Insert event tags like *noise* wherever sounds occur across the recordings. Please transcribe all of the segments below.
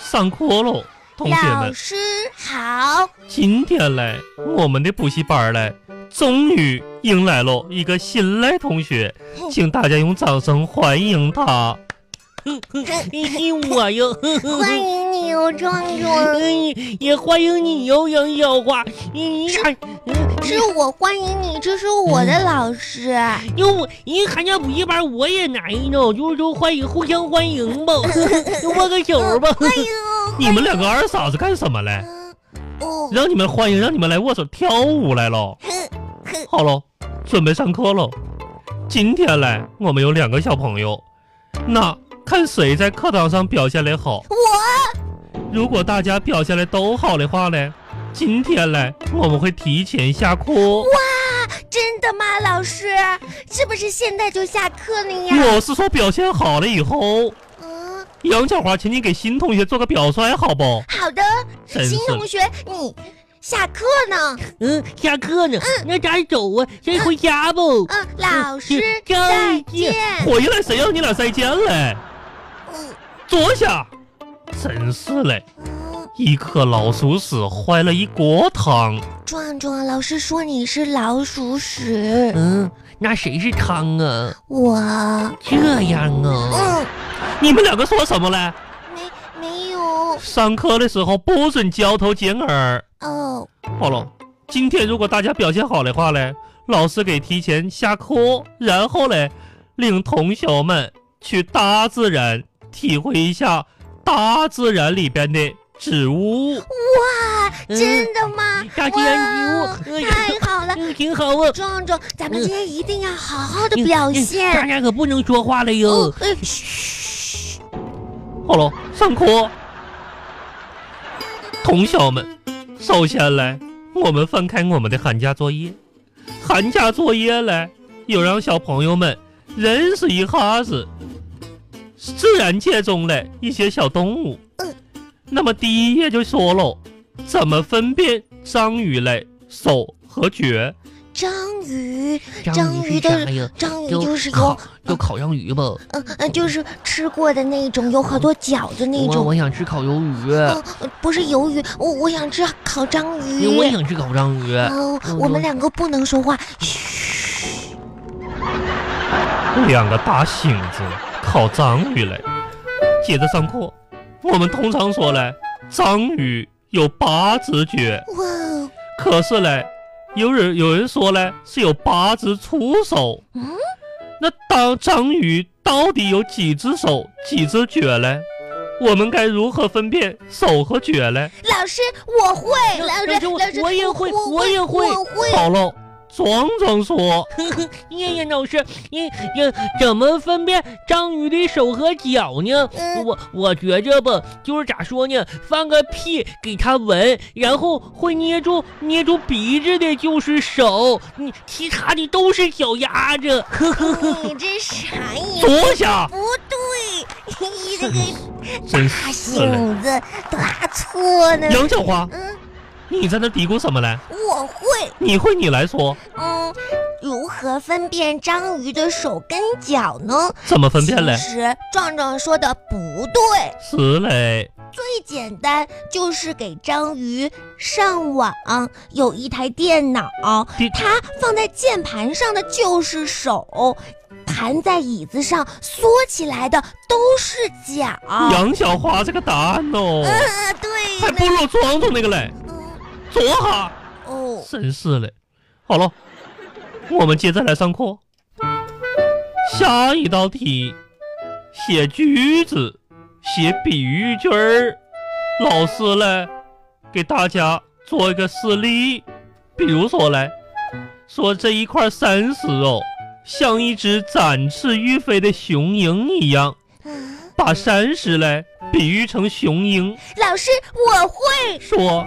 上课喽，同学老们，师好，今天嘞，我们的补习班嘞，终于迎来了一个新来同学，请大家用掌声欢迎他。我哟，欢迎你哦，壮壮，也欢迎你哟，杨小花。你还是我欢迎你，这是我的老师。哟，我人寒假补习班我也来呢，就是说欢迎，互相欢迎吧，握个手吧。欢迎哦，你们两个二傻子干什么嘞？嗯哦，让你们欢迎，让你们来握手跳舞来喽。好喽，准备上课喽。今天嘞，我们有两个小朋友，那看谁在课堂上表现的 *laughs* 好。我如果大家表现的都好的话嘞，今天嘞我们会提前下课。真的吗？老师，是不是现在就下课了呀？我是说表现好了以后，嗯，杨小花，请你给新同学做个表率，好不？好的，真是新同学，你下课呢？嗯，下课呢，那咱走啊，先回家吧。嗯，老师嗯再 *laughs* 再见见。回来谁让你俩再见嘞？嗯坐下。真是嘞，嗯，一颗老鼠屎坏了一锅汤。壮壮，老师说你是老鼠屎，嗯，那谁是汤啊？我这样啊？嗯你们两个说什么嘞？没没有上课的时候不准交头接耳。哦。好了，今天如果大家表现好的话嘞，老师给提前下课，然后嘞，领同学们去大自然体会一下大自然里边的植物。哇，嗯真的吗？大自然植物哇哎呀太好了，嗯，挺好啊。壮壮，咱们今天一定要好好的嗯表嗯现大。家可不能说话了哦哟。，哎好了，上课。同学们，首先嘞，我们翻开我们的寒假作业。寒假作业嘞，有让小朋友们认识一下子自然界中嘞一些小动物。嗯那么第一页就说喽，怎么分辨章鱼嘞手和脚？章鱼，章鱼是章鱼啥呀？章鱼就就是有烤，就烤章鱼吧。嗯嗯，就是吃过的那种，有好多饺子那我种。我想吃烤鱿鱼，嗯，呃不是鱿鱼，我我想吃烤章因为我也鱼。想吃烤章鱼。哦，嗯我们两个不能说话。嘘，两个大星子烤章鱼嘞。接着上课，我们通常说嘞，章鱼有八只脚，哇哦，可是嘞，有人有人说嘞是有八只触手。嗯那当章鱼到底有几只手、几只脚嘞？我们该如何分辨手和脚嘞？老师，我会，老老老师，师我老师，我也会我我也会我 *laughs* 会。好了，壮壮说，燕燕老师，你这怎么分辨章鱼的手和脚呢？嗯我我觉着吧，就是咋说呢，放个屁给它闻，然后会捏住捏住鼻子的就是手，你其他的都是脚丫子。你这啥呀？坐 *laughs* 下。不对，你这个真大是嘞，性子打错呢。杨小花，嗯，你在那嘀咕什么嘞？我会。你会你来说。嗯，如何分辨章鱼的手跟脚呢？怎么分辨嘞 *laughs* 其？实壮壮说的不对，是 *laughs* 嘞，最简单就是给章鱼上网，有一台电脑，第它放在键盘上的就是手，盘在椅子上缩起来的都是脚。杨小花这个答案哦，嗯，对还呢不如庄总那个嘞，嗯左哈，哦，真是嘞。好了，我们接着来上课。下一道题，写句子，写比喻句儿。老师嘞，给大家做一个示例，比如说嘞，说这一块山石哦，像一只展翅欲飞的雄鹰一样。嗯把山石嘞比喻成雄鹰，老师，我会。说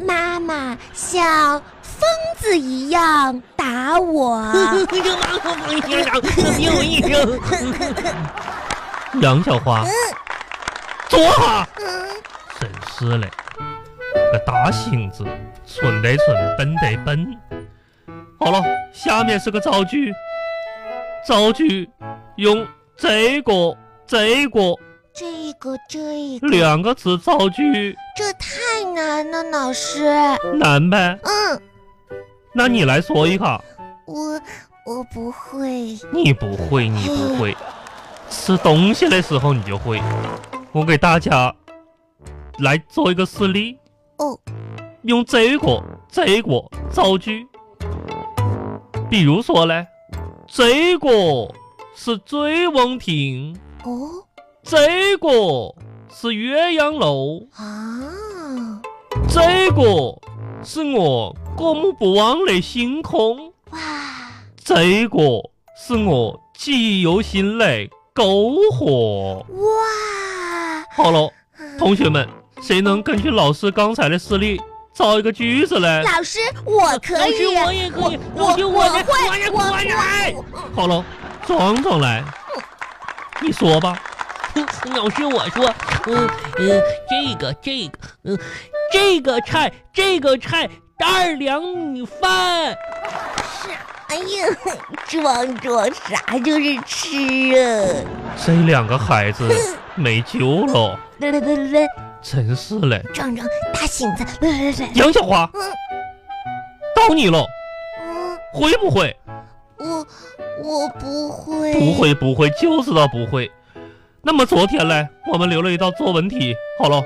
妈妈像疯子一样打 *laughs* 我。这马可不行了，我有一声。杨小花，坐下。嗯，真是嘞，个大星子，蠢得蠢，笨得笨。好了，下面是个造句，造句用这个、这个、这个这个，两个词造句这太难了，老师。难呗？嗯，那你来说一个，我我不会。你不会，你不会，吃东西的时候你就会。我给大家来做一个示例，哦，用这个这个造句。比如说嘞，这个是醉翁亭。哦这个是岳阳楼，啊！这个是我过目不忘的星空，哇，这个是我记忆犹新的篝火。哇，好了，同学们，谁能根据老师刚才的示例造一个句子嘞？老师，我可以，老师我也可以，我老师我来，会我来，我我来。好了，壮壮来，你说吧， *laughs* 老师，我说，嗯嗯，这个这个，嗯，这个菜这个菜大凉米饭，哎呀，壮壮啥就是吃啊！这两个孩 *laughs* 子没救了，来来来来，真是嘞。壮壮大醒子，来来来，杨小花，到你了，嗯，会不会？我我不会，不，会不会，就知道不会。那么昨天嘞，我们留了一道作文题。好了，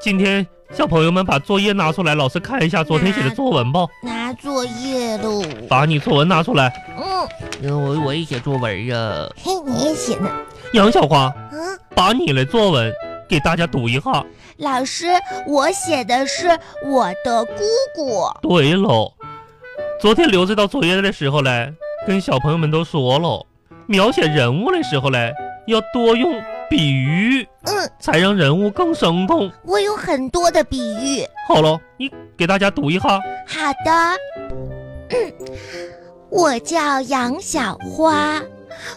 今天小朋友们把作业拿出来，老师看一下昨天写的作文吧。拿作业喽。把你作文拿出来。嗯，嗯，我我也写作文啊。嘿，你也写呢。杨小花，嗯，啊把你的作文给大家读一下。老师，我写的是我的姑姑。对喽，昨天留这道作业的时候嘞，跟小朋友们都说了，描写人物的时候嘞，要多用比喻，嗯，才让人物更生动。我有很多的比喻。好了，你给大家读一下。好的，嗯我叫杨小花，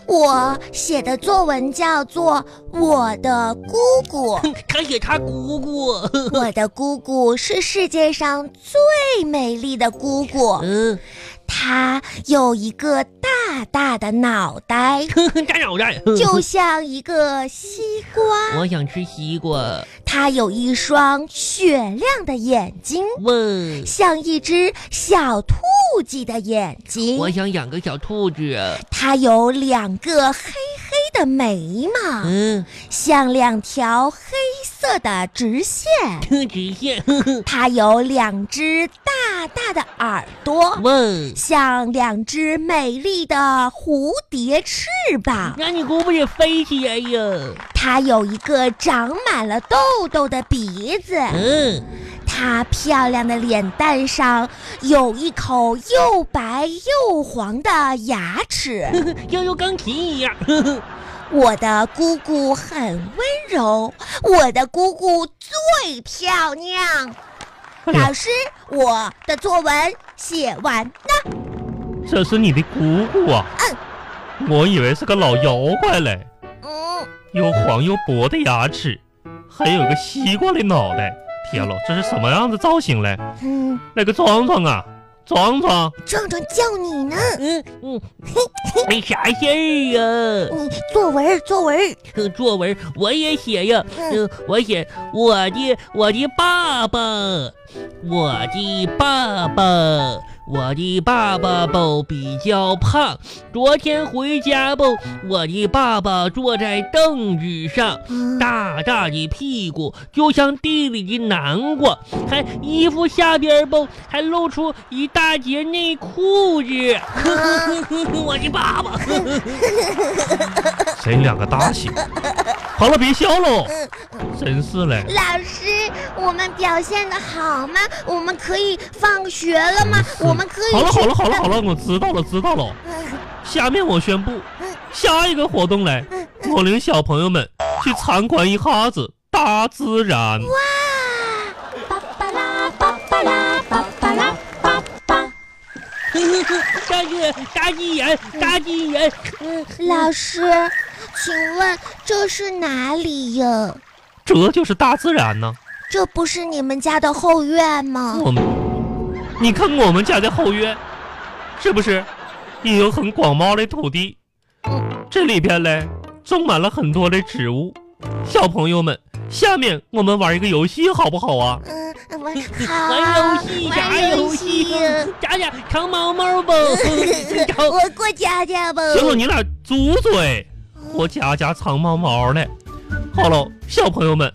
我写的作文叫做《我的姑 *laughs* 姑》。 *laughs* 他写他姑姑，我的姑姑是世界上最美丽的姑姑，嗯，她有一个大大的脑袋，大脑袋。 *laughs* 就像一个西瓜；我想吃西瓜。她有一双雪亮的眼睛，问，像一只小兔子的眼睛。我想养个小兔子。它有两个黑黑的眉毛，嗯，像两条黑色的直线。直线。它有两只大大的耳朵，问，像两只美丽的蝴蝶翅膀。那你姑姑也飞起来呀？它有一个长满了痘痘的鼻子，嗯， *laughs* 它漂亮的脸蛋上有一口又白又黄的牙齿。像用钢琴一样。我的姑姑很温柔，我的姑姑最漂亮。哎呀老师，我的作文写完了。这是你的姑姑啊！我以为是个老妖怪嘞，嗯，又黄又薄的牙齿，还有个西瓜的脑袋。天喽，这是什么样的造型嘞？嗯，那个壮壮啊，壮壮，壮壮叫你呢，嗯嗯，没啥事儿呀。你作文作文。呃作文我也写呀，嗯、我写我的我的爸爸，我的爸爸，我的爸爸不比较 *laughs* 胖。昨天回家不，我的爸爸坐在凳子上，嗯，大大的屁股就像地里的南瓜，还衣服下边不还露出一大截内裤子。 *laughs* 我的爸爸，这两个大 *laughs* 喜。好了，别笑喽，真是嘞。老师，我们表现的好吗？我们可以放学了吗？我们可以好了去好了好了好了，我知道了知道了。下面我宣布，下一个活动嘞，我领小朋友们去参观一下子大自然。巴巴拉巴巴拉巴巴拉巴巴。大姐，大鸡眼，大鸡眼，老师，请问这是哪里呀？这就是大自然呢、这不是你们家的后院吗？我们，你看我们家的后院，是不是也有很广袤的土地？这里边嘞种满了很多的植物，小朋友们，下面我们玩一个游戏好不好啊？嗯，我玩好游戏，啥玩游戏戏？？，咱俩藏猫 *laughs* 猫 *laughs* 吧找我过家家吧。行了，你俩住嘴！我家家藏猫猫嘞。好了，小朋友们，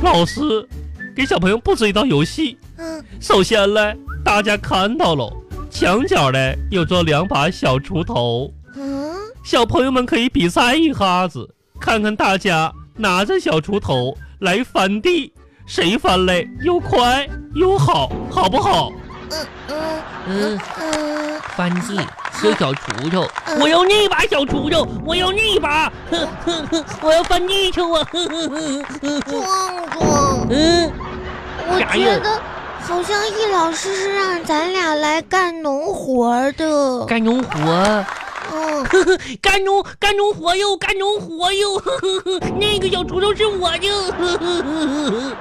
老师给小朋友布置一道游戏。嗯首先嘞，大家看到了，墙角嘞有着两把小锄头，嗯小朋友们可以比赛一下子，看看大家拿着小锄头来翻地，谁翻嘞又快又好，好不好？嗯嗯嗯，嗯翻 *laughs* 地，吃小锄头嗯，我要那把小锄头，我要那把，哼哼哼，我要翻地去我， *laughs* 哼哼哼哼哼壮壮，嗯，我啥觉呀得好像易老师是让咱俩来干农活儿的。干农活，嗯，呵呵，干农干农 *laughs* 活哟，干农活哟，呵呵呵，那个小锄头是我的，呵呵呵呵呵，